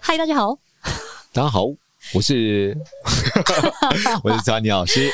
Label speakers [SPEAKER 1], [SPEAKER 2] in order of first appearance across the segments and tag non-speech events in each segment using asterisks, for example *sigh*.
[SPEAKER 1] 嗨，大家好，
[SPEAKER 2] 大家好，我 *laughs* 是我是张尼老师，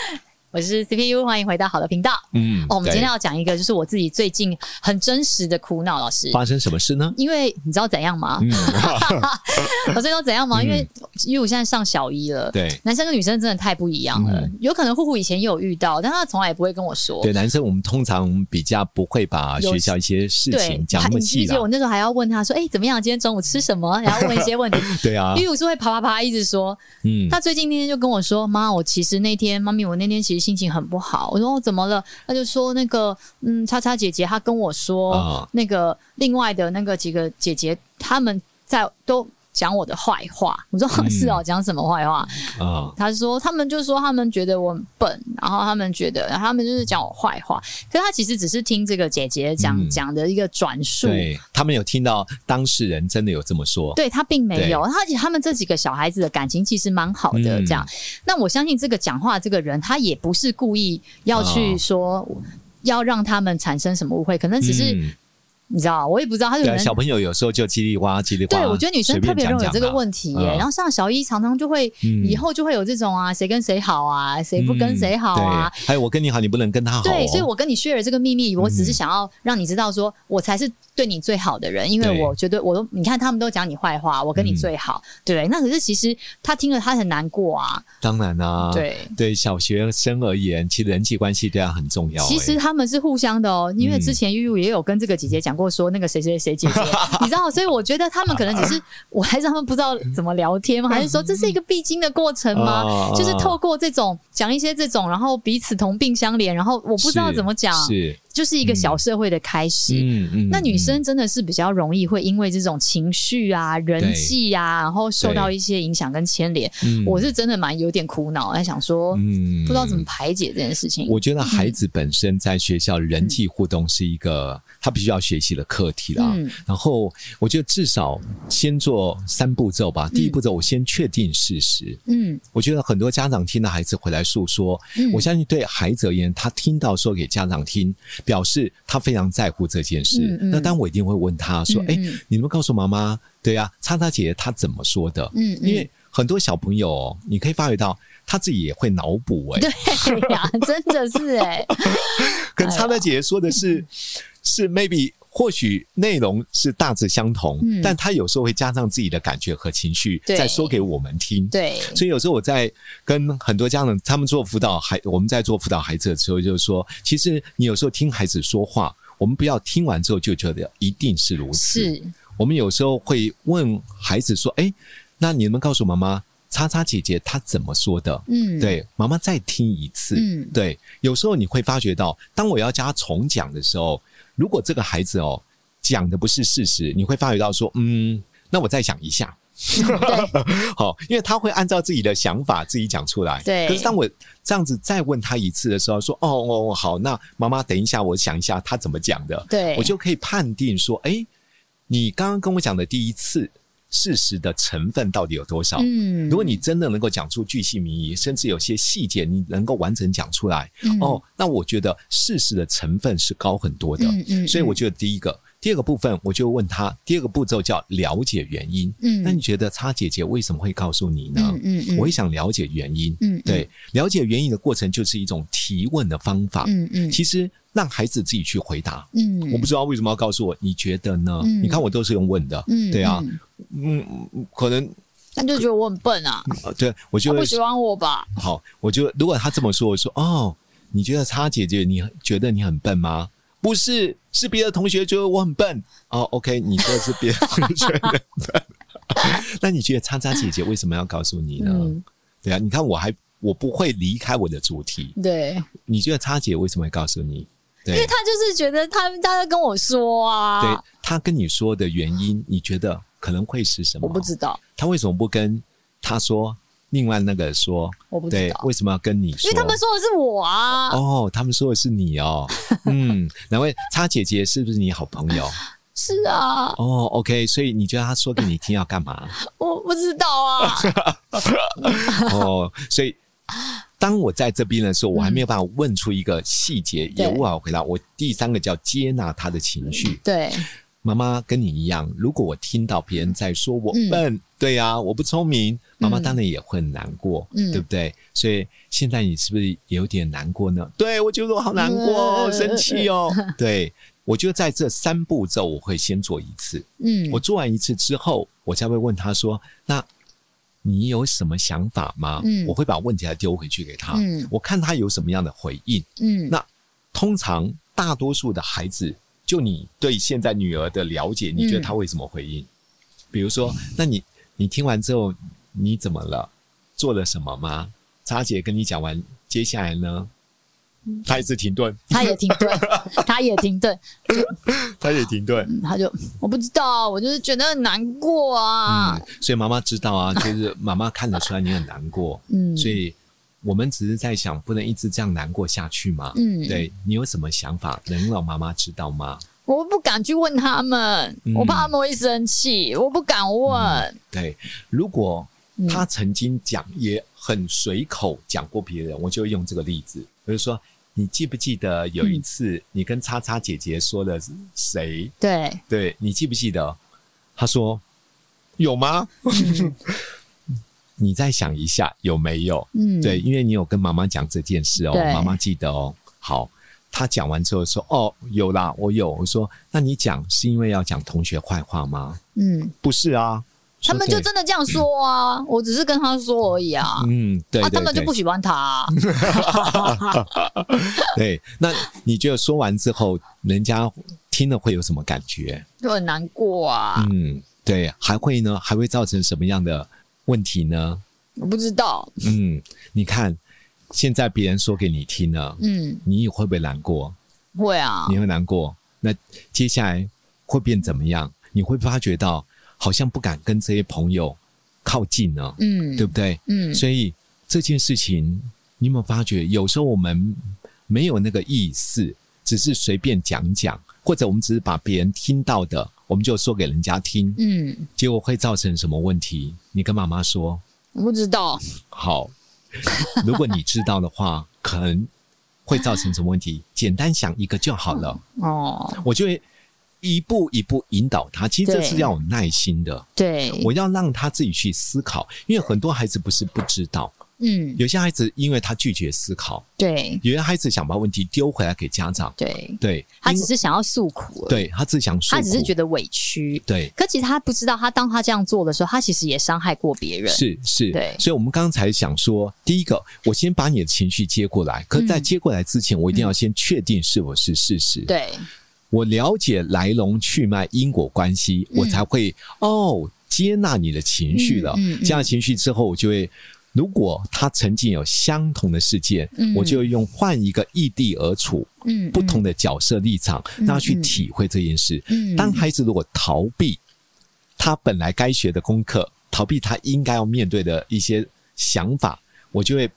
[SPEAKER 1] 我是 CPU，欢迎回到好的频道。
[SPEAKER 2] 嗯，
[SPEAKER 1] 哦，我们今天
[SPEAKER 2] 对
[SPEAKER 1] 要讲一个，就是我自己最近很真实的苦恼，老师。
[SPEAKER 2] 发生什么事呢？
[SPEAKER 1] 因为你知道怎样吗？
[SPEAKER 2] 嗯，
[SPEAKER 1] *laughs* 我知道怎样吗？因为
[SPEAKER 2] 嗯
[SPEAKER 1] 因为我现在上小一了，
[SPEAKER 2] 对
[SPEAKER 1] 男生跟女生真的太不一样了
[SPEAKER 2] 嗯。
[SPEAKER 1] 有可能户户以前也有遇到，但他从来也不会跟我说。
[SPEAKER 2] 对，男生我们通常比较不会把
[SPEAKER 1] 有
[SPEAKER 2] 学校一些事
[SPEAKER 1] 对
[SPEAKER 2] 情，讲
[SPEAKER 1] 还
[SPEAKER 2] 那么
[SPEAKER 1] 你记
[SPEAKER 2] 细
[SPEAKER 1] 不记得
[SPEAKER 2] 啦
[SPEAKER 1] 我。那时候还要问他说：“哎、怎么样？今天中午吃什
[SPEAKER 2] *laughs*
[SPEAKER 1] 么？”然后问一些问题，
[SPEAKER 2] 对啊
[SPEAKER 1] 因，为我是会啪啪啪一直说。
[SPEAKER 2] 嗯，
[SPEAKER 1] 他最近那天就跟我说：“妈，我其实那天，妈咪，我那天其实心情很不好。”我说：“哦，怎么了？”他就说：“那个，嗯，叉叉姐姐，她跟我说，
[SPEAKER 2] 啊
[SPEAKER 1] 那个另外的那个几个姐姐，她们在都讲我的坏话。”我说：“
[SPEAKER 2] 嗯
[SPEAKER 1] 是哦，讲什么坏话？”
[SPEAKER 2] 啊，
[SPEAKER 1] 他说他们就说他们觉得我很笨，然后他们觉得，然后他们就是讲我坏话。可是他其实只是听这个姐姐讲、
[SPEAKER 2] 嗯
[SPEAKER 1] 讲的一个转述。
[SPEAKER 2] 对他们有听到当事人真的有这么说，
[SPEAKER 1] 对他并没有，
[SPEAKER 2] 对
[SPEAKER 1] 他他们这几个小孩子的感情其实蛮好的，
[SPEAKER 2] 嗯
[SPEAKER 1] 这样。那我相信这个讲话这个人，他也不是故意要去
[SPEAKER 2] 哦
[SPEAKER 1] 说，要让他们产生什么误会，可能只是、
[SPEAKER 2] 嗯
[SPEAKER 1] 你知道，我也不知道，他就
[SPEAKER 2] 对
[SPEAKER 1] 可
[SPEAKER 2] 啊，
[SPEAKER 1] 能
[SPEAKER 2] 小朋友有时候就叽里呱啦叽里呱啦，
[SPEAKER 1] 对，我觉得女生
[SPEAKER 2] 随
[SPEAKER 1] 特
[SPEAKER 2] 便
[SPEAKER 1] 别容易有
[SPEAKER 2] 讲
[SPEAKER 1] 这个
[SPEAKER 2] 讲啊
[SPEAKER 1] 问题耶、
[SPEAKER 2] 嗯
[SPEAKER 1] 然后上小一常常就会、
[SPEAKER 2] 嗯
[SPEAKER 1] 以后就会有这种啊，谁跟谁好啊，谁不跟谁好啊
[SPEAKER 2] 嗯，对还有我跟你好，你不能跟他好哦。嗯
[SPEAKER 1] 对，所以我跟你 share 这个秘密，我只是想要让你知道，说我才是对你最好的人，因为
[SPEAKER 2] 对
[SPEAKER 1] 我觉得我都你看他们都讲你坏话，我跟你
[SPEAKER 2] 嗯
[SPEAKER 1] 最好，对。那可是其实他听了他很难过啊，
[SPEAKER 2] 当然啊，
[SPEAKER 1] 对。
[SPEAKER 2] 对小学生而言，其实人际关系对他很重要欸。
[SPEAKER 1] 其实他们是互相的哦，因为
[SPEAKER 2] 嗯
[SPEAKER 1] 之前玉玉也有跟这个姐姐讲过，说那个谁谁谁姐
[SPEAKER 2] *laughs*
[SPEAKER 1] 姐，你知道，所以我觉得他们可能只是，我还是他们不知道怎么聊天吗？还是说这是一个必经的过程吗
[SPEAKER 2] 哦？
[SPEAKER 1] 就是透过这种讲一些这种，然后彼此同病相怜，然后我
[SPEAKER 2] 我
[SPEAKER 1] 不知道怎么讲，
[SPEAKER 2] 是，
[SPEAKER 1] 就是一个小社会的开始。
[SPEAKER 2] 嗯嗯
[SPEAKER 1] 那女
[SPEAKER 2] 嗯
[SPEAKER 1] 生真的是比较容易会因为这种情绪啊、人际啊，然后受到一些影响跟牵连。
[SPEAKER 2] 嗯
[SPEAKER 1] 我是真的蛮有点苦恼，在想说，
[SPEAKER 2] 嗯
[SPEAKER 1] 不知道怎么。嗯排解这件事情。
[SPEAKER 2] 我觉得孩子本身在学校
[SPEAKER 1] 嗯
[SPEAKER 2] 人际互动是一个他必须要学习的课题啦。
[SPEAKER 1] 嗯
[SPEAKER 2] 然后我觉得至少先做三步骤吧。第一
[SPEAKER 1] 嗯
[SPEAKER 2] 步骤，我先确定事实。
[SPEAKER 1] 嗯
[SPEAKER 2] 我觉得很多家长听到孩子回来诉说，
[SPEAKER 1] 嗯
[SPEAKER 2] 我相信对孩子而言，他听到说给家长听，表示他非常在乎这件事。
[SPEAKER 1] 嗯嗯
[SPEAKER 2] 那当然我一定会问他说：“
[SPEAKER 1] 嗯
[SPEAKER 2] 哎、
[SPEAKER 1] 嗯
[SPEAKER 2] 你能不能告诉妈妈？对呀、啊，叉叉姐姐她怎么说的？”
[SPEAKER 1] 嗯，
[SPEAKER 2] 因为很多小朋友哦，你可以发觉到他自己也会脑补哎、
[SPEAKER 1] 对呀，真的是
[SPEAKER 2] *laughs*
[SPEAKER 1] 哎，
[SPEAKER 2] 跟叉叉姐姐说
[SPEAKER 1] *laughs*
[SPEAKER 2] 的是是 maybe 或许内容是大致相同，
[SPEAKER 1] 嗯
[SPEAKER 2] 但他有时候会加上自己的感觉和情绪
[SPEAKER 1] 对
[SPEAKER 2] 再说给我们听。
[SPEAKER 1] 对，
[SPEAKER 2] 所以有时候我在跟很多家长他们做辅导孩，我们在做辅导孩子的时候，就是说，其实你有时候听孩子说话，我们不要听完之后就觉得一定是如此。
[SPEAKER 1] 是
[SPEAKER 2] 我们有时候会问孩子说：“哎，那你们告诉妈妈，叉叉姐姐她怎么说的？”
[SPEAKER 1] 嗯，，
[SPEAKER 2] 对，妈妈再听一次。
[SPEAKER 1] 嗯
[SPEAKER 2] 对，有时候你会发觉到，当我要教他重讲的时候，如果这个孩子哦讲的不是事实，你会发觉到说，嗯，那我再想一下。 *laughs* 好，因为他会按照自己的想法自己讲出来。
[SPEAKER 1] 对
[SPEAKER 2] 可是当我这样子再问他一次的时候，说哦哦哦好，那妈妈等一下，我想一下他怎么讲的。
[SPEAKER 1] 对
[SPEAKER 2] 我就可以判定说，哎、你刚刚跟我讲的第一次事实的成分到底有多少？
[SPEAKER 1] 嗯，
[SPEAKER 2] 如果你真的能够讲出巨细靡遗，甚至有些细节你能够完整讲出来，
[SPEAKER 1] 嗯
[SPEAKER 2] 哦，那我觉得事实的成分是高很多的。
[SPEAKER 1] 嗯嗯，
[SPEAKER 2] 所以
[SPEAKER 1] 嗯
[SPEAKER 2] 我觉得第一个，第二个部分，我就问他，第二个步骤叫了解原因。
[SPEAKER 1] 嗯
[SPEAKER 2] 那你觉得叉姐姐为什么会告诉你呢？
[SPEAKER 1] 嗯嗯嗯
[SPEAKER 2] 我也想了解原因。
[SPEAKER 1] 嗯嗯
[SPEAKER 2] 对，了解原因的过程就是一种提问的方法。
[SPEAKER 1] 嗯嗯
[SPEAKER 2] 啊其实让孩子自己去回答。
[SPEAKER 1] 嗯，
[SPEAKER 2] 我不知道为什么要告诉我，你觉得呢？
[SPEAKER 1] 嗯
[SPEAKER 2] 你看我都是用问的，
[SPEAKER 1] 嗯，
[SPEAKER 2] 对啊，
[SPEAKER 1] 嗯，
[SPEAKER 2] 嗯，嗯可能
[SPEAKER 1] 那就觉得我很笨啊，
[SPEAKER 2] 呃对我就
[SPEAKER 1] 他
[SPEAKER 2] 会
[SPEAKER 1] 不喜欢我吧？
[SPEAKER 2] 好，我就如果他这么说，我说哦，你觉得他姐姐，你觉得你很笨吗？不是，是别的同学觉得我很笨。哦，OK，你说是别的同学觉得笨， *laughs* 那你觉得叉叉姐姐为什么要告诉你呢？
[SPEAKER 1] 嗯
[SPEAKER 2] 对啊，你看我还我不会离开我的主题。
[SPEAKER 1] 对，
[SPEAKER 2] 你觉得叉姐为什么会告诉你？
[SPEAKER 1] 因为
[SPEAKER 2] 对
[SPEAKER 1] 他，就是觉得他他在跟我说
[SPEAKER 2] 对
[SPEAKER 1] 啊，，
[SPEAKER 2] 他跟你说的原因，你觉得可能会是什么？
[SPEAKER 1] 我不知道，
[SPEAKER 2] 他为什么不跟他说？另外那个说，
[SPEAKER 1] 我不知
[SPEAKER 2] 对，
[SPEAKER 1] 道，
[SPEAKER 2] 为什么要跟你
[SPEAKER 1] 因
[SPEAKER 2] 说？
[SPEAKER 1] 为他们说的是我啊，
[SPEAKER 2] 哦，他们说的是你哦，嗯，难怪叉姐姐是不是你好朋友？
[SPEAKER 1] 是啊，
[SPEAKER 2] 哦，OK，所以你觉得她说给你听要干嘛？
[SPEAKER 1] 我不知道
[SPEAKER 2] *laughs*
[SPEAKER 1] 啊，
[SPEAKER 2] 哦，所以当我在这边的时候，我还没有办法问出一个细节，也
[SPEAKER 1] 对
[SPEAKER 2] 无法回答。我第三个叫接纳她的情绪。
[SPEAKER 1] 对，
[SPEAKER 2] 妈妈跟你一样，如果我听到别人在说我
[SPEAKER 1] 嗯
[SPEAKER 2] 笨，对呀、我不聪明，妈妈
[SPEAKER 1] 嗯
[SPEAKER 2] 当然也会很难过，
[SPEAKER 1] 嗯
[SPEAKER 2] 对不对？所以现在你是不是也有点难过呢？对，我觉得我好难过哦，
[SPEAKER 1] 嗯
[SPEAKER 2] 生气
[SPEAKER 1] *laughs*
[SPEAKER 2] 哦。对，我觉得在这三步骤，我会先做一次。
[SPEAKER 1] 嗯
[SPEAKER 2] 我做完一次之后，我才会问他说：“那你有什么想法吗？”
[SPEAKER 1] 嗯
[SPEAKER 2] 我会把问题再丢回去给他，
[SPEAKER 1] 嗯
[SPEAKER 2] 我看他有什么样的回应。
[SPEAKER 1] 嗯
[SPEAKER 2] 那通常大多数的孩子，就你对现在女儿的了解，你觉得她会怎么回应？比如
[SPEAKER 1] 嗯
[SPEAKER 2] 说，那你你听完之后，你怎么了？做了什么吗？叉姐跟你讲完，接下来呢？
[SPEAKER 1] 嗯
[SPEAKER 2] 她也是停顿， *laughs*
[SPEAKER 1] 他也停顿，他也停顿，
[SPEAKER 2] 她也停顿。
[SPEAKER 1] 嗯他就我不知道，我就是觉得很难过 *laughs* 啊
[SPEAKER 2] 嗯，，所以妈妈知道
[SPEAKER 1] *laughs*
[SPEAKER 2] 啊，就是妈妈看得出来你很难过，
[SPEAKER 1] 嗯，
[SPEAKER 2] 所以我们只是在想，不能一直这样难过下去嘛。
[SPEAKER 1] 嗯，
[SPEAKER 2] 对你有什么想法，能让妈妈知道吗？
[SPEAKER 1] 我不敢去问他们，
[SPEAKER 2] 嗯
[SPEAKER 1] 我怕他们会生气，我不敢问。
[SPEAKER 2] 对，如果
[SPEAKER 1] 嗯
[SPEAKER 2] 他曾经讲也很随口讲过别人，我就用这个例子，比如说，你记不记得有
[SPEAKER 1] 嗯
[SPEAKER 2] 一次你跟叉叉姐姐说了谁？
[SPEAKER 1] 对，
[SPEAKER 2] 对你记不记得？他说有吗？你再想一下有没有？
[SPEAKER 1] 嗯，
[SPEAKER 2] 对，，因为你有跟妈妈讲这件事哦，
[SPEAKER 1] 对
[SPEAKER 2] 妈妈记得哦。好，他讲完之后说：“哦，有啦，我有。”我说：“那你讲是因为要讲同学坏话吗
[SPEAKER 1] 嗯，？”
[SPEAKER 2] 不是啊，
[SPEAKER 1] 他们就
[SPEAKER 2] 说对
[SPEAKER 1] 真的这样说啊，我只是跟他说而已啊。
[SPEAKER 2] 嗯，对
[SPEAKER 1] 啊，
[SPEAKER 2] 对
[SPEAKER 1] 他们就
[SPEAKER 2] 对
[SPEAKER 1] 不喜欢他啊、 *laughs*
[SPEAKER 2] 对，那你觉得说完之后，人家听了会有什么感觉？
[SPEAKER 1] 就很难过啊。
[SPEAKER 2] 嗯，对，还会呢，还会造成什么样的问题呢？
[SPEAKER 1] 我不知道，
[SPEAKER 2] 嗯，你看，现在别人说给你听了，
[SPEAKER 1] 嗯，
[SPEAKER 2] 你会不会难过？
[SPEAKER 1] 会啊
[SPEAKER 2] 你，会难过？那接下来会变怎么样？你会发觉到好像不敢跟这些朋友靠近呢，
[SPEAKER 1] 嗯，
[SPEAKER 2] 对不对？
[SPEAKER 1] 嗯，
[SPEAKER 2] 所以这件事情，你有没有发觉，有时候我们没有那个意思，只是随便讲讲，或者我们只是把别人听到的，我们就说给人家听，
[SPEAKER 1] 嗯，
[SPEAKER 2] 结果会造成什么问题？你跟妈妈说
[SPEAKER 1] 我不知道， *laughs*
[SPEAKER 2] 好，如果你知道的话，可能会造成什么问题？简单想一个就好了，
[SPEAKER 1] 哦，
[SPEAKER 2] 我就会。一步一步引导他，其实这
[SPEAKER 1] 对
[SPEAKER 2] 是要有耐心的。
[SPEAKER 1] 对，
[SPEAKER 2] 我要让他自己去思考，因为很多孩子不是不知道，
[SPEAKER 1] 嗯，
[SPEAKER 2] 有些孩子因为他拒绝思考，
[SPEAKER 1] 对，
[SPEAKER 2] 有些孩子想把问题丢回来给家长，
[SPEAKER 1] 对，
[SPEAKER 2] 对，
[SPEAKER 1] 他
[SPEAKER 2] 因
[SPEAKER 1] 只是想要诉苦而已，
[SPEAKER 2] 对他只想诉苦，
[SPEAKER 1] 他只是觉得委屈，
[SPEAKER 2] 对。
[SPEAKER 1] 可其实他不知道，他当他这样做的时候，他其实也伤害过别人，
[SPEAKER 2] 是是，
[SPEAKER 1] 对
[SPEAKER 2] 所以我们刚才想说，第一个，我先把你的情绪接过来，可在
[SPEAKER 1] 嗯
[SPEAKER 2] 接过来之前，我一定要先确定是否是事实。，
[SPEAKER 1] 对，
[SPEAKER 2] 我了解来龙去脉、因果关系，
[SPEAKER 1] 嗯
[SPEAKER 2] 我才会哦接纳你的情绪了。
[SPEAKER 1] 嗯嗯嗯
[SPEAKER 2] 接纳情绪之后，我就会，如果他曾经有相同的事件，
[SPEAKER 1] 嗯
[SPEAKER 2] 我就会用换一个异地而处，
[SPEAKER 1] 嗯，
[SPEAKER 2] 不同的角色立场，
[SPEAKER 1] 嗯
[SPEAKER 2] 让他去体会这件事。
[SPEAKER 1] 嗯，嗯
[SPEAKER 2] 当孩子如果逃避他本来该学的功课，逃避他应该要面对的一些想法，我就会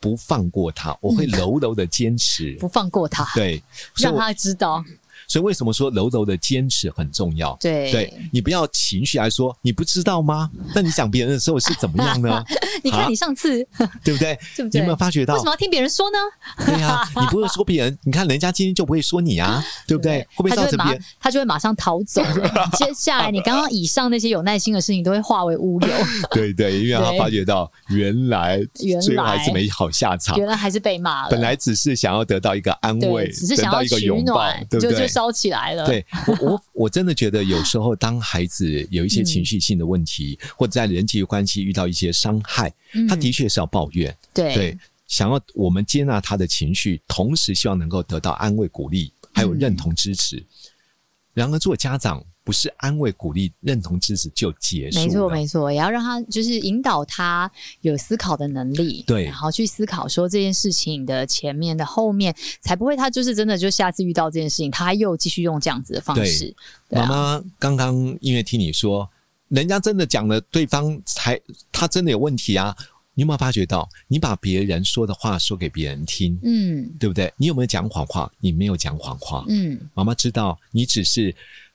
[SPEAKER 2] 不放过他，我会
[SPEAKER 1] 嗯
[SPEAKER 2] 柔柔的坚持。
[SPEAKER 1] *laughs* 不放过他，
[SPEAKER 2] 对，所以
[SPEAKER 1] 让
[SPEAKER 2] 我
[SPEAKER 1] 他知道，
[SPEAKER 2] 所以为什么说柔柔的坚持很重要？
[SPEAKER 1] 对
[SPEAKER 2] 对你不要情绪来说，你不知
[SPEAKER 1] *laughs*
[SPEAKER 2] 道吗？那你讲别人的时候是怎么样呢？
[SPEAKER 1] 你看
[SPEAKER 2] 啊
[SPEAKER 1] 你上次
[SPEAKER 2] 对不对？
[SPEAKER 1] 对不
[SPEAKER 2] 你
[SPEAKER 1] 对？
[SPEAKER 2] 有没有发觉到
[SPEAKER 1] 为什？么 *laughs* 要听别人说呢？
[SPEAKER 2] 对呀、你不会说别人，你看人家今天就不会说你啊，对不对？会不会
[SPEAKER 1] 他就
[SPEAKER 2] 造
[SPEAKER 1] 会
[SPEAKER 2] 成
[SPEAKER 1] 马
[SPEAKER 2] 别
[SPEAKER 1] 上
[SPEAKER 2] 人？
[SPEAKER 1] 他就会马上逃走了。接下来，你刚刚以上那些有耐心的事情都会化为乌有，
[SPEAKER 2] *laughs* 对对，因为他
[SPEAKER 1] 对
[SPEAKER 2] 发觉到原来
[SPEAKER 1] 原
[SPEAKER 2] 最后还是
[SPEAKER 1] 来
[SPEAKER 2] 没好下场
[SPEAKER 1] 原。来还是被骂了。
[SPEAKER 2] 本来只是想要得到一个安慰，
[SPEAKER 1] 对，只是
[SPEAKER 2] 得
[SPEAKER 1] 想
[SPEAKER 2] 到
[SPEAKER 1] 要
[SPEAKER 2] 一个
[SPEAKER 1] 取
[SPEAKER 2] 拥抱
[SPEAKER 1] 暖，，
[SPEAKER 2] 对不
[SPEAKER 1] 就
[SPEAKER 2] 对
[SPEAKER 1] 就？烧起来了。
[SPEAKER 2] 对我我我真的觉得有时候当孩子有一
[SPEAKER 1] 嗯
[SPEAKER 2] 些情绪性的问题，或者在人际关系遇到一些伤害，
[SPEAKER 1] 嗯，
[SPEAKER 2] 他的确是要抱怨，
[SPEAKER 1] 对
[SPEAKER 2] 对，想要我们接纳他的情绪，同时希望能够得到安慰、鼓励，还有认同、支持。
[SPEAKER 1] 嗯
[SPEAKER 2] 然而，做家长不是安慰、鼓励、认同、支持就结束了，
[SPEAKER 1] 没错，没错，也要让他就是引导他有思考的能力，
[SPEAKER 2] 对
[SPEAKER 1] 然后去思考说这件事情的前面的后面，才不会他就是真的就下次遇到这件事情，他又继续用这样子的方
[SPEAKER 2] 对
[SPEAKER 1] 式。对
[SPEAKER 2] 妈
[SPEAKER 1] 啊，
[SPEAKER 2] 妈刚刚因为听你说，人家真的讲了，对方才他真的有问题啊。你有没有发觉到，你把别人说的话说给别人听，
[SPEAKER 1] 嗯
[SPEAKER 2] 对不对？你有没有讲谎话？你没有讲谎话。
[SPEAKER 1] 嗯，
[SPEAKER 2] 妈妈知道你只是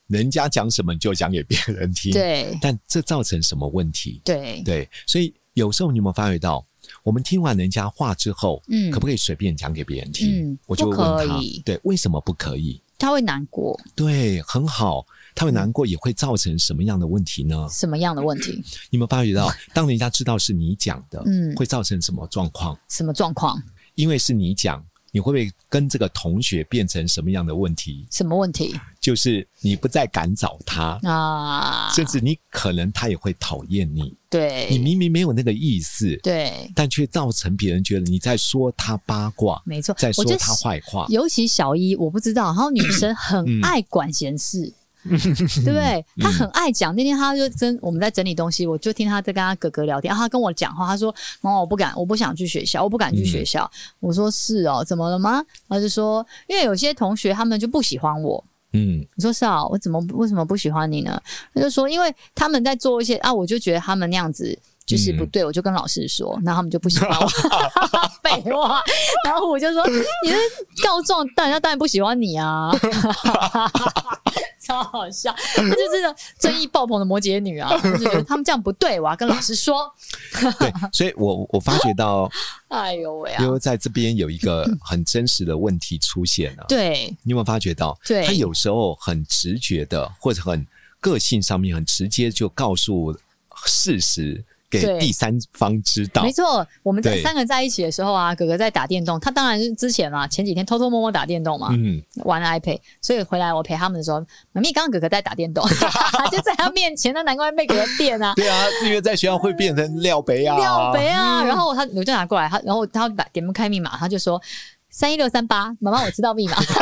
[SPEAKER 2] 人家讲什么你就讲给别人听，。
[SPEAKER 1] 对
[SPEAKER 2] 但这造成什么问题？
[SPEAKER 1] 对
[SPEAKER 2] 对，所以有时候你有没有发觉到，我们听完人家话之后，
[SPEAKER 1] 嗯
[SPEAKER 2] 可不可以随便讲给别人听？
[SPEAKER 1] 嗯
[SPEAKER 2] 我就会
[SPEAKER 1] 不可
[SPEAKER 2] 问他
[SPEAKER 1] 以，
[SPEAKER 2] 对，为什么不可以？
[SPEAKER 1] 他会难过，
[SPEAKER 2] 对，很好。他
[SPEAKER 1] 嗯
[SPEAKER 2] 会难过，也会造成什么样的问题呢？
[SPEAKER 1] 什么样的问题，
[SPEAKER 2] 你有没有发觉到，当人家知道是你讲的，
[SPEAKER 1] 嗯
[SPEAKER 2] 会造成什么状况？
[SPEAKER 1] 什么状况，
[SPEAKER 2] 因为是你讲，你会不会跟这个同学变成什么样的问题？
[SPEAKER 1] 什么问题
[SPEAKER 2] 就是你不再敢找他，
[SPEAKER 1] 啊？
[SPEAKER 2] 甚至你可能他也会讨厌你。
[SPEAKER 1] 对，
[SPEAKER 2] 你明明没有那个意思，
[SPEAKER 1] 对，
[SPEAKER 2] 但却造成别人觉得你在说他八卦，
[SPEAKER 1] 没错，嗯
[SPEAKER 2] 在
[SPEAKER 1] 我
[SPEAKER 2] 说
[SPEAKER 1] 觉得
[SPEAKER 2] 他坏话。
[SPEAKER 1] 尤其小一，我不知道，然后女生很爱管闲事。对不对？她很爱讲。那天她就真我们在整理东西，我就听她在跟她哥哥聊天。然后她跟我讲话，她说：“妈妈，我不敢，我不想去学校，我不敢去学校。我说：“是哦，怎么了吗？”然后就说：“因为有些同学他们就不喜欢我。”
[SPEAKER 2] 嗯，
[SPEAKER 1] 你说是啊，我怎么为什么不喜欢你呢？他就说，因为他们在做一些啊，我就觉得他们那样子就是
[SPEAKER 2] 嗯
[SPEAKER 1] 不对，我就跟老师说，然后他们就不喜欢
[SPEAKER 2] *laughs*
[SPEAKER 1] 我，废话。然后我就说，你是告状，但人家当然不喜欢你
[SPEAKER 2] *laughs*
[SPEAKER 1] 啊，超好笑，她就是那种正义爆棚的摩羯女啊，就是觉得他们这样不对，我要跟老师说。
[SPEAKER 2] 对，所以我我发觉
[SPEAKER 1] *laughs*
[SPEAKER 2] 到，
[SPEAKER 1] 哎呦喂啊
[SPEAKER 2] 因，为在这边有一个很真实的问题出现啊了。
[SPEAKER 1] 对
[SPEAKER 2] 你有没有发觉到？
[SPEAKER 1] 对
[SPEAKER 2] 他有时候很直觉的，或者很个性上面很直接就告诉事实给
[SPEAKER 1] 对
[SPEAKER 2] 第三方知道
[SPEAKER 1] 没。错，我们这
[SPEAKER 2] 对
[SPEAKER 1] 三个在一起的时候啊，哥哥在打电动，他当然是之前嘛，前几天偷偷摸摸打电动嘛，
[SPEAKER 2] 嗯，
[SPEAKER 1] 玩 iPad，所以回来我陪他们的时候，妈咪刚刚哥哥在打电动， *laughs* 就在他面前，那难怪被哥哥电啊。
[SPEAKER 2] 对啊，因为在学校会变成廖北啊，
[SPEAKER 1] 吊杯啊，然后他我就拿过来，他然后他把点不开密码，他就说三一六三八，妈妈我知道密码， *laughs* 就是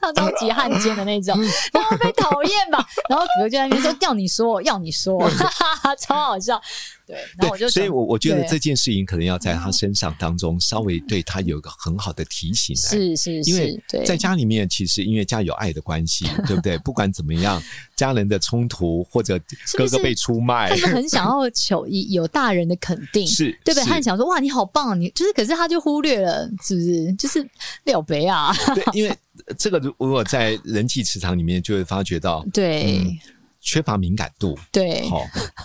[SPEAKER 1] 他超级汉奸的那
[SPEAKER 2] *laughs*
[SPEAKER 1] 种，然后被讨厌吧，然后哥哥就在那边说要你说要你说， *laughs* 超好笑，对，然后我就
[SPEAKER 2] 对，所以
[SPEAKER 1] 想
[SPEAKER 2] 我我觉得
[SPEAKER 1] 对
[SPEAKER 2] 这件事情可能要在他身上当中稍微对他有一个很好的提醒来。
[SPEAKER 1] 是是
[SPEAKER 2] 因
[SPEAKER 1] 是
[SPEAKER 2] 为，
[SPEAKER 1] 对，
[SPEAKER 2] 在家里面，其实因为家有爱的
[SPEAKER 1] *laughs*
[SPEAKER 2] 关系，对不对？不管怎么样，家人的冲突或者
[SPEAKER 1] 是不
[SPEAKER 2] 哥
[SPEAKER 1] 是
[SPEAKER 2] 哥被出卖
[SPEAKER 1] 他，们很想要求有大人的肯定，
[SPEAKER 2] 是
[SPEAKER 1] 对不对？
[SPEAKER 2] 是
[SPEAKER 1] 他很想说哇，你好棒，你就是，可是他就忽略了，是不是？就是廖北啊，
[SPEAKER 2] *laughs* 对，因为呃这个如如果在人际磁场里面，就会发觉到
[SPEAKER 1] 对、
[SPEAKER 2] 嗯缺乏敏感度，
[SPEAKER 1] 对
[SPEAKER 2] 好、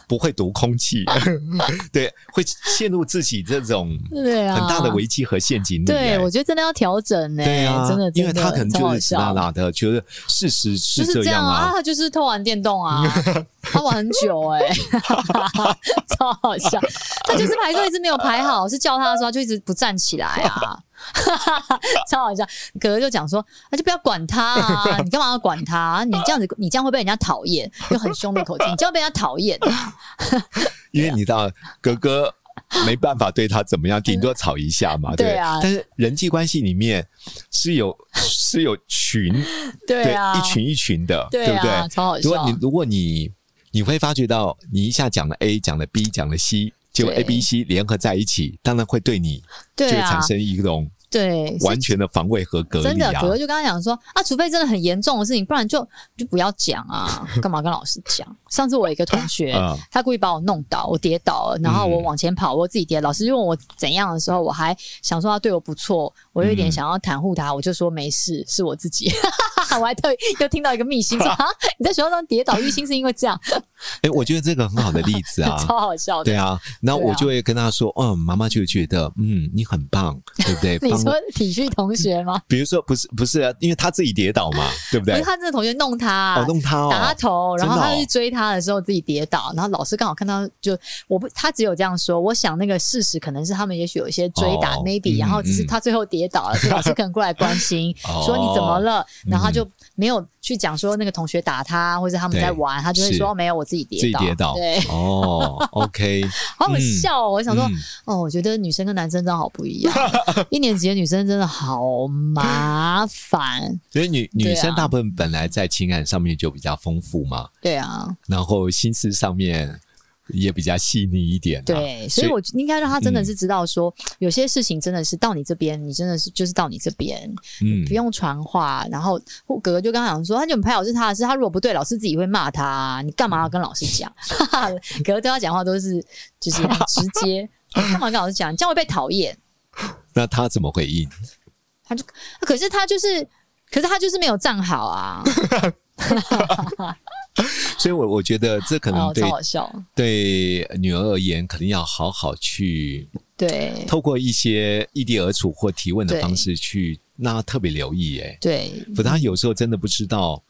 [SPEAKER 2] 不会读空
[SPEAKER 1] *laughs*
[SPEAKER 2] 气，对，会陷入自己这种
[SPEAKER 1] 对啊，
[SPEAKER 2] 很大的危机和陷阱里、
[SPEAKER 1] 对，
[SPEAKER 2] 哎
[SPEAKER 1] 我觉得真的要调整呢、
[SPEAKER 2] 对啊，
[SPEAKER 1] 真的，
[SPEAKER 2] 因为
[SPEAKER 1] 真的
[SPEAKER 2] 他可能
[SPEAKER 1] 超
[SPEAKER 2] 就
[SPEAKER 1] 好
[SPEAKER 2] 是死拉
[SPEAKER 1] 笑
[SPEAKER 2] 拉的，觉得事实
[SPEAKER 1] 就是是
[SPEAKER 2] 这
[SPEAKER 1] 这
[SPEAKER 2] 样
[SPEAKER 1] 样啊，
[SPEAKER 2] 啊。
[SPEAKER 1] 他就是偷玩电动
[SPEAKER 2] *laughs*
[SPEAKER 1] 啊，他玩很久哎、超好笑。他就是排队一直没有排好，是叫他的时候他就一直不站起来啊， *laughs* 超好笑。哥哥就讲说，那、就不要管他啊，你干嘛要管他？啊你这样子，你这样会被人家讨厌，用很凶的口气，你这样被人家讨厌。
[SPEAKER 2] 因为你知道，哥哥没办法对他怎
[SPEAKER 1] *laughs*
[SPEAKER 2] 么样，顶多吵一下嘛，对不
[SPEAKER 1] 对啊
[SPEAKER 2] 但是人际关系里面是有是有群，
[SPEAKER 1] 对啊，
[SPEAKER 2] 一群一群的，
[SPEAKER 1] 对
[SPEAKER 2] 不
[SPEAKER 1] 啊，
[SPEAKER 2] 对？
[SPEAKER 1] 超好
[SPEAKER 2] 如果
[SPEAKER 1] 笑
[SPEAKER 2] 你。如果你你会发觉到，你一下讲了 A，讲了 B，讲了 C，结果
[SPEAKER 1] 对
[SPEAKER 2] A、B、C 联合在一起，当然会对你就
[SPEAKER 1] 对
[SPEAKER 2] 会
[SPEAKER 1] 啊
[SPEAKER 2] 产，生一种
[SPEAKER 1] 对，是
[SPEAKER 2] 完全的防卫和隔
[SPEAKER 1] 真
[SPEAKER 2] 离
[SPEAKER 1] 的，
[SPEAKER 2] 啊
[SPEAKER 1] 葛。优就跟他讲说啊，除非真的很严重的事情，不然就就不要讲
[SPEAKER 2] *laughs*
[SPEAKER 1] 啊，干嘛跟老师讲？上次我有一个同学，
[SPEAKER 2] 嗯
[SPEAKER 1] 他故意把我弄倒，我跌倒了，然后我往前跑，我自己跌，老师问我怎样的时候，我还想说他对我不错，我有一点
[SPEAKER 2] 嗯
[SPEAKER 1] 想要袒护他，我就说没事，是我自己。 *laughs* 我还特意又听到一个秘辛说
[SPEAKER 2] *laughs*
[SPEAKER 1] 啊，你在学校上跌倒，一心是因为这样，
[SPEAKER 2] 哎，我觉得这个很好的例子 *laughs* 啊，
[SPEAKER 1] *laughs* 超好笑的。
[SPEAKER 2] 对啊，那
[SPEAKER 1] 对啊
[SPEAKER 2] 我就会跟他说，嗯，妈妈就觉得，嗯，你很棒，对不对？
[SPEAKER 1] *laughs* 你
[SPEAKER 2] 帮
[SPEAKER 1] 说
[SPEAKER 2] 我
[SPEAKER 1] 体育同学吗？
[SPEAKER 2] 比如说，不是不是啊，因为他自己跌倒嘛，对不
[SPEAKER 1] 因
[SPEAKER 2] 对
[SPEAKER 1] 为？他那个同学弄他 *laughs* 啊，
[SPEAKER 2] 哦，弄他
[SPEAKER 1] 打他
[SPEAKER 2] 哦，
[SPEAKER 1] 头，然后
[SPEAKER 2] 真的
[SPEAKER 1] 他
[SPEAKER 2] 哦
[SPEAKER 1] 去追他的时候自己跌倒，然后老师刚好看到就，我不他只有这样说，我想那个事实可能是他们也许有一些追打、
[SPEAKER 2] 哦
[SPEAKER 1] maybe，、
[SPEAKER 2] 嗯
[SPEAKER 1] 然后只是
[SPEAKER 2] 嗯
[SPEAKER 1] 他最后跌
[SPEAKER 2] *laughs*
[SPEAKER 1] 倒了，所以老师可能过来关心，
[SPEAKER 2] 哦
[SPEAKER 1] 说你怎么了，然后他
[SPEAKER 2] 嗯
[SPEAKER 1] 就没有去讲说那个同学打他或者他们
[SPEAKER 2] 对
[SPEAKER 1] 在玩，他就会
[SPEAKER 2] 是
[SPEAKER 1] 说没有我自己
[SPEAKER 2] 自
[SPEAKER 1] 跌
[SPEAKER 2] 己
[SPEAKER 1] 倒，
[SPEAKER 2] 跌倒
[SPEAKER 1] 对，， *laughs*
[SPEAKER 2] 哦，OK，
[SPEAKER 1] 好好
[SPEAKER 2] 嗯
[SPEAKER 1] 笑哦，我想说。
[SPEAKER 2] 嗯
[SPEAKER 1] 哦，我觉得女生跟男生真的好不
[SPEAKER 2] *laughs*
[SPEAKER 1] 一样。一年级的女生真的好麻烦，
[SPEAKER 2] 所以女
[SPEAKER 1] 对啊
[SPEAKER 2] 女生大部分本来在情感上面就比较丰富嘛，
[SPEAKER 1] 对啊，
[SPEAKER 2] 然后心思上面也比较细腻一点啊，
[SPEAKER 1] 对，所以我应该让他
[SPEAKER 2] 嗯
[SPEAKER 1] 真的是知道说，有些事情真的是到你这边，你真的是就是到你这边，
[SPEAKER 2] 嗯
[SPEAKER 1] 不用传话。然后我哥哥就跟他讲说，他就很拍老师他的事，他如果不对，老师自己会骂他，啊你干嘛要跟老师讲？哈哈，哥哥对他讲话都是就是很直接，干嘛跟老师讲？这样会被讨厌。
[SPEAKER 2] 那他怎么回应？
[SPEAKER 1] 可是他就是，可是他就是没有站好啊，
[SPEAKER 2] 所以我我觉得这可能
[SPEAKER 1] 哦，
[SPEAKER 2] 对、
[SPEAKER 1] 超好笑。
[SPEAKER 2] 对女儿而言，可能要好好去
[SPEAKER 1] 对
[SPEAKER 2] 透过一些异地而处或提问的
[SPEAKER 1] 对
[SPEAKER 2] 方式去，那她特别留意、哎，
[SPEAKER 1] 对，
[SPEAKER 2] 否则她有时候真的不知道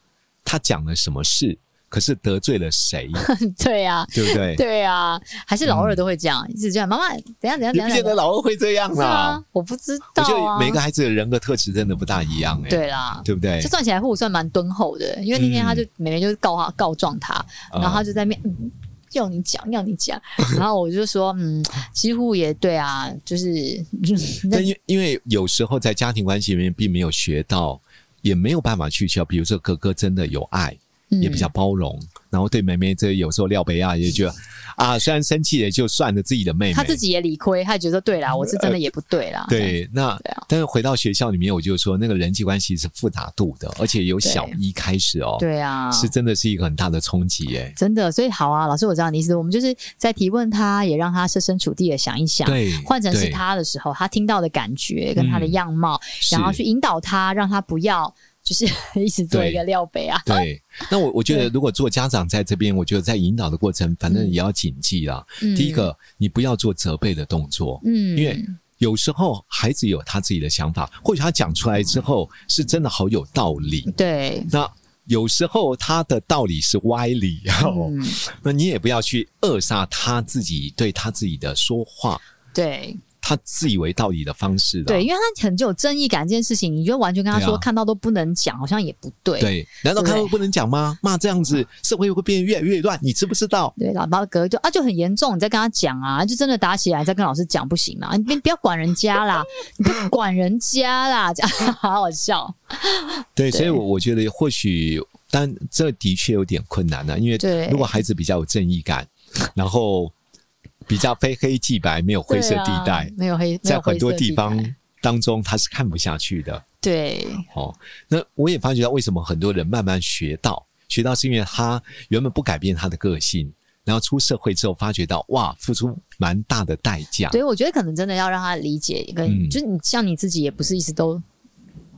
[SPEAKER 2] 她讲了什么事，可是得罪
[SPEAKER 1] *laughs*
[SPEAKER 2] 了谁，
[SPEAKER 1] 对啊，
[SPEAKER 2] 对不对？
[SPEAKER 1] 对啊，还是老二都会这样，一直这样，妈妈怎样怎样怎
[SPEAKER 2] 你不
[SPEAKER 1] 样
[SPEAKER 2] 觉
[SPEAKER 1] 怎
[SPEAKER 2] 得
[SPEAKER 1] 样。
[SPEAKER 2] 老二会这样
[SPEAKER 1] 是
[SPEAKER 2] 啊
[SPEAKER 1] 啊？，我不知
[SPEAKER 2] 我
[SPEAKER 1] 道
[SPEAKER 2] 觉
[SPEAKER 1] 啊。
[SPEAKER 2] 得每个孩子的人格特质真的不大一样、哎，
[SPEAKER 1] 对啦，
[SPEAKER 2] 对不嗯对
[SPEAKER 1] 这？算起来互算蛮敦厚的，因为那天他就、妹妹就是告他告状他，
[SPEAKER 2] 啊
[SPEAKER 1] 然后他就在面。嗯要你讲，要你
[SPEAKER 2] *laughs*
[SPEAKER 1] 讲，然后我就说，嗯，几乎也对啊，就是，
[SPEAKER 2] 但因因为有时候在家庭关系里面并没有学到，也没有办法去教。比如说哥哥真的有爱，
[SPEAKER 1] 嗯
[SPEAKER 2] 也比较包容，然后对妹妹这有时候廖北亚也觉得啊，虽然生气也就算了自己的妹妹，嗯呃
[SPEAKER 1] 他自己也理亏，他也觉得对啦，我是真的也不对啦，这样，
[SPEAKER 2] 对那
[SPEAKER 1] 对啊
[SPEAKER 2] 但是回到学校里面，我就说那个人际关系是复杂度的，而且由小一开始哦，
[SPEAKER 1] 对啊，
[SPEAKER 2] 是真的是一个很大的冲击耶。
[SPEAKER 1] 真的，所以好啊，老师，我知道你意思，我们就是在提问他，也让他设身处地的想一想，
[SPEAKER 2] 对，
[SPEAKER 1] 啊换成是
[SPEAKER 2] 对，
[SPEAKER 1] 他的时候，他听到的感觉跟他的
[SPEAKER 2] 嗯
[SPEAKER 1] 样貌，然后
[SPEAKER 2] 是
[SPEAKER 1] 去引导他，让他不要就是 *laughs* 一直做一
[SPEAKER 2] 对
[SPEAKER 1] 个廖北啊，
[SPEAKER 2] 对，那我我觉
[SPEAKER 1] 对
[SPEAKER 2] 得，如果做家长在这边，我觉得在引导的过程，反正也要谨记啦。
[SPEAKER 1] 嗯
[SPEAKER 2] 第一，个，你不要做责备的动作，
[SPEAKER 1] 嗯
[SPEAKER 2] 因为有时候孩子有他自己的想法，或许他讲出来之后是真的好有道
[SPEAKER 1] 嗯
[SPEAKER 2] 理。
[SPEAKER 1] 对，
[SPEAKER 2] 那有时候他的道理是歪理哦，
[SPEAKER 1] 嗯，
[SPEAKER 2] 那你也不要去扼杀他自己对他自己的说话，
[SPEAKER 1] 对
[SPEAKER 2] 他自以为道理的方式的。
[SPEAKER 1] 对，因为他很有正义感这件事情，你就完全跟他说、
[SPEAKER 2] 对啊
[SPEAKER 1] 看到都不能讲，好像也不对。
[SPEAKER 2] 对，难道他
[SPEAKER 1] 对
[SPEAKER 2] 会不能讲吗？骂这样子，社会会变得越来越乱，你知不知道？
[SPEAKER 1] 对，老爸哥就啊就很严重，你再跟他讲啊，就真的打起来，你再跟老师讲不行啊啦，你你不要管人家啦，你不要管人家啦，这样 *laughs* 好好笑。
[SPEAKER 2] 对，所以我我觉得或许，但这的确有点困难呢、啊因为
[SPEAKER 1] 对
[SPEAKER 2] 如果孩子比较有正
[SPEAKER 1] *laughs*
[SPEAKER 2] 义感，然后比较非黑即白，没有灰色地
[SPEAKER 1] 对
[SPEAKER 2] 带，
[SPEAKER 1] 啊没有黑，没
[SPEAKER 2] 在
[SPEAKER 1] 有灰
[SPEAKER 2] 很
[SPEAKER 1] 色
[SPEAKER 2] 多地
[SPEAKER 1] 带
[SPEAKER 2] 方当中他是看不下去
[SPEAKER 1] *laughs*
[SPEAKER 2] 的。
[SPEAKER 1] 对
[SPEAKER 2] 哦，那我也发觉到为什么很多人慢慢学到，学到是因为他原本不改变他的个性，然后出社会之后发觉到哇，付出蛮大的代价。
[SPEAKER 1] 对，我觉得可能真的要让他理解，跟、
[SPEAKER 2] 啊嗯
[SPEAKER 1] 就是你像你自己也不是一直都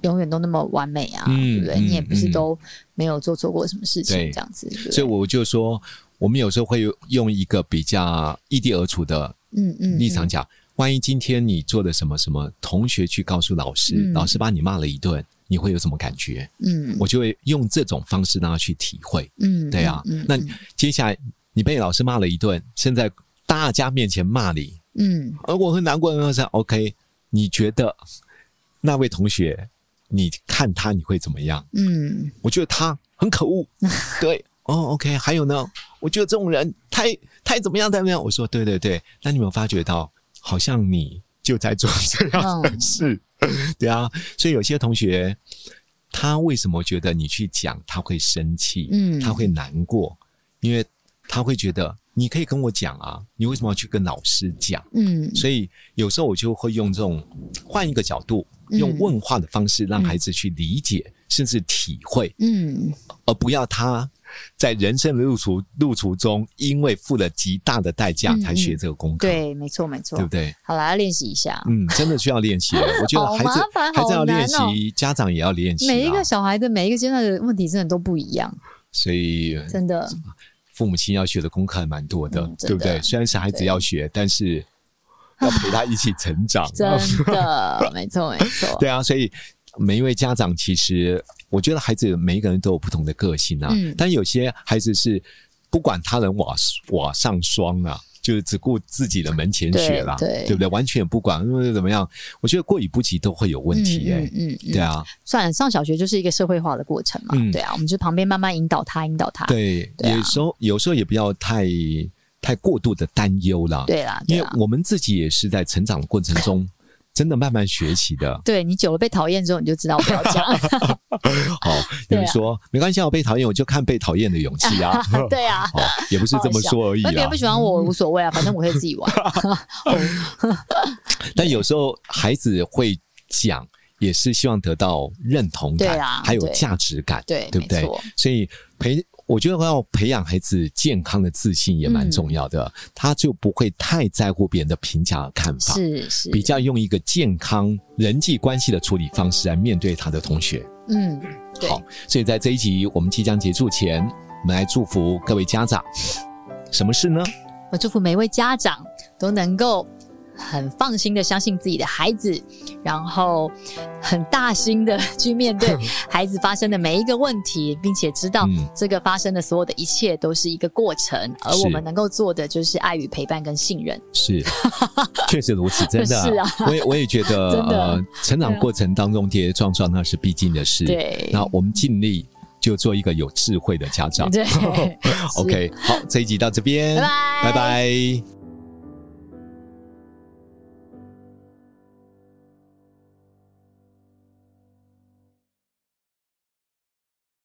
[SPEAKER 1] 永远都那么完美啊，对
[SPEAKER 2] 嗯
[SPEAKER 1] 不对？
[SPEAKER 2] 嗯
[SPEAKER 1] 你也不是
[SPEAKER 2] 嗯
[SPEAKER 1] 都没有做错过什么事情，
[SPEAKER 2] 对
[SPEAKER 1] 这样子。对不对
[SPEAKER 2] 所以我就说，我们有时候会用一个比较异地而处的
[SPEAKER 1] 嗯嗯
[SPEAKER 2] 立场讲，万一今天你做的什么什么，同学去告诉老师，
[SPEAKER 1] 嗯
[SPEAKER 2] 老师把你骂了一顿，你会有什么感觉？
[SPEAKER 1] 嗯
[SPEAKER 2] 我就会用这种方式让他去体会。
[SPEAKER 1] 嗯
[SPEAKER 2] 对啊，
[SPEAKER 1] 嗯
[SPEAKER 2] 那接下来你被老师骂了一顿，现在大家面前骂你，
[SPEAKER 1] 嗯
[SPEAKER 2] 而我很难过，很想 OK，你觉得那位同学，你看他你会怎么样？
[SPEAKER 1] 嗯
[SPEAKER 2] 我觉得他很
[SPEAKER 1] *laughs*
[SPEAKER 2] 可恶，对，哦，OK，还有呢，我觉得这种人太太怎么样，太怎么样？我说对对对，那你有没有发觉到，好像你就在做这样的事，
[SPEAKER 1] 嗯
[SPEAKER 2] *laughs* 对啊，所以有些同学。他为什么觉得你去讲他会生气？
[SPEAKER 1] 嗯
[SPEAKER 2] 他会难过，因为他会觉得你可以跟我讲啊，你为什么要去跟老师讲？
[SPEAKER 1] 嗯
[SPEAKER 2] 所以有时候我就会用这种换一个角度，
[SPEAKER 1] 嗯
[SPEAKER 2] 用问话的方式让孩子去理解，甚至体会，
[SPEAKER 1] 嗯
[SPEAKER 2] 而不要他在人生的路途路途中，因为付了极大的代价
[SPEAKER 1] 嗯
[SPEAKER 2] 才学这个功课，
[SPEAKER 1] 对，没错没错
[SPEAKER 2] 对不。对？
[SPEAKER 1] 好啦，要练习一下。
[SPEAKER 2] 嗯，真的需要练
[SPEAKER 1] *laughs*
[SPEAKER 2] 习。我觉得
[SPEAKER 1] 好
[SPEAKER 2] 孩子
[SPEAKER 1] 麻烦
[SPEAKER 2] 孩子
[SPEAKER 1] 好
[SPEAKER 2] 要练
[SPEAKER 1] 难哦
[SPEAKER 2] 习，家长也要练习、啊，
[SPEAKER 1] 每一个小孩的每一个阶段的问题真的都不一样，
[SPEAKER 2] 所以呃
[SPEAKER 1] 真的。
[SPEAKER 2] 父母亲要学的功课还蛮多的，
[SPEAKER 1] 嗯真的
[SPEAKER 2] 对不对？虽然是孩子要学，但是要陪他一起成长。
[SPEAKER 1] *laughs*
[SPEAKER 2] 啊
[SPEAKER 1] 真
[SPEAKER 2] *laughs*
[SPEAKER 1] 的，没错没错。
[SPEAKER 2] 对啊，所以每一位家长其实，我觉得孩子每一个人都有不同的个性啊，
[SPEAKER 1] 嗯
[SPEAKER 2] 但有些孩子是不管他人瓦瓦上霜啊。就是只顾自己的门前雪啦，
[SPEAKER 1] 对对
[SPEAKER 2] 不对？完全不管嗯怎么样，我觉得过于不及都会有问题哎、
[SPEAKER 1] 嗯嗯嗯
[SPEAKER 2] 对啊，
[SPEAKER 1] 算了，上小学就是一个社会化的过程嘛，
[SPEAKER 2] 嗯
[SPEAKER 1] 对啊，我们就旁边慢慢引导他，引导他，
[SPEAKER 2] 对，
[SPEAKER 1] 对啊
[SPEAKER 2] 有时候有时候也不要太太过度的担忧啦，
[SPEAKER 1] 对啦，
[SPEAKER 2] 啊因
[SPEAKER 1] 对啊
[SPEAKER 2] 为
[SPEAKER 1] 啦，
[SPEAKER 2] 我们自己也是在成长过程中真的慢慢学习
[SPEAKER 1] *laughs*
[SPEAKER 2] 的。
[SPEAKER 1] 对你久了被讨厌之后，你就知道不要
[SPEAKER 2] *laughs*
[SPEAKER 1] 这样，
[SPEAKER 2] 哦，有
[SPEAKER 1] 对啊
[SPEAKER 2] 人说、没关系啊，我被讨厌我就看被讨厌的勇
[SPEAKER 1] *laughs*
[SPEAKER 2] 气啊。 *laughs*
[SPEAKER 1] 对啊。
[SPEAKER 2] 哦，也不是啊这么说而已
[SPEAKER 1] 那别
[SPEAKER 2] 啦
[SPEAKER 1] 人不。喜欢我无所谓啊，反正我可以自己玩。
[SPEAKER 2] *laughs* 但有时候孩子会讲，也是希望得到认同感，
[SPEAKER 1] 对啊
[SPEAKER 2] 还有
[SPEAKER 1] 对
[SPEAKER 2] 价值感，
[SPEAKER 1] 对
[SPEAKER 2] 对不对
[SPEAKER 1] 没错？
[SPEAKER 2] 所以培，我觉得要培养孩子健康的自信也
[SPEAKER 1] 嗯
[SPEAKER 2] 蛮重要的，他就不会太在乎别人的评价和看法，
[SPEAKER 1] 是是，
[SPEAKER 2] 比较用一个健康人际关系的处理方式来面对他的同学。
[SPEAKER 1] 嗯，对，
[SPEAKER 2] 好，所以在这一集我们即将结束前，我们来祝福各位家长，什么事呢？
[SPEAKER 1] 我祝福每一位家长都能够很放心的相信自己的孩子，然后很大心的 *laughs* 去面
[SPEAKER 2] *laughs*
[SPEAKER 1] 对孩子发生的每一个问题，并且知道
[SPEAKER 2] 嗯
[SPEAKER 1] 这个发生的所有的一切都是一个过程，而
[SPEAKER 2] 是
[SPEAKER 1] 我们能够做的就是爱与陪伴跟信任。 *laughs*
[SPEAKER 2] 是，确实如此，真的。
[SPEAKER 1] 是啊
[SPEAKER 2] 我也我也觉
[SPEAKER 1] *laughs*
[SPEAKER 2] 得，
[SPEAKER 1] 真的
[SPEAKER 2] 呃，成长
[SPEAKER 1] 对啊
[SPEAKER 2] 过程当中跌跌撞撞那是必经的事。，
[SPEAKER 1] 对，
[SPEAKER 2] 那我们尽力就做一个有智慧的家长。
[SPEAKER 1] 对
[SPEAKER 2] OK，好，这一集到这边，
[SPEAKER 1] 拜拜
[SPEAKER 2] 拜拜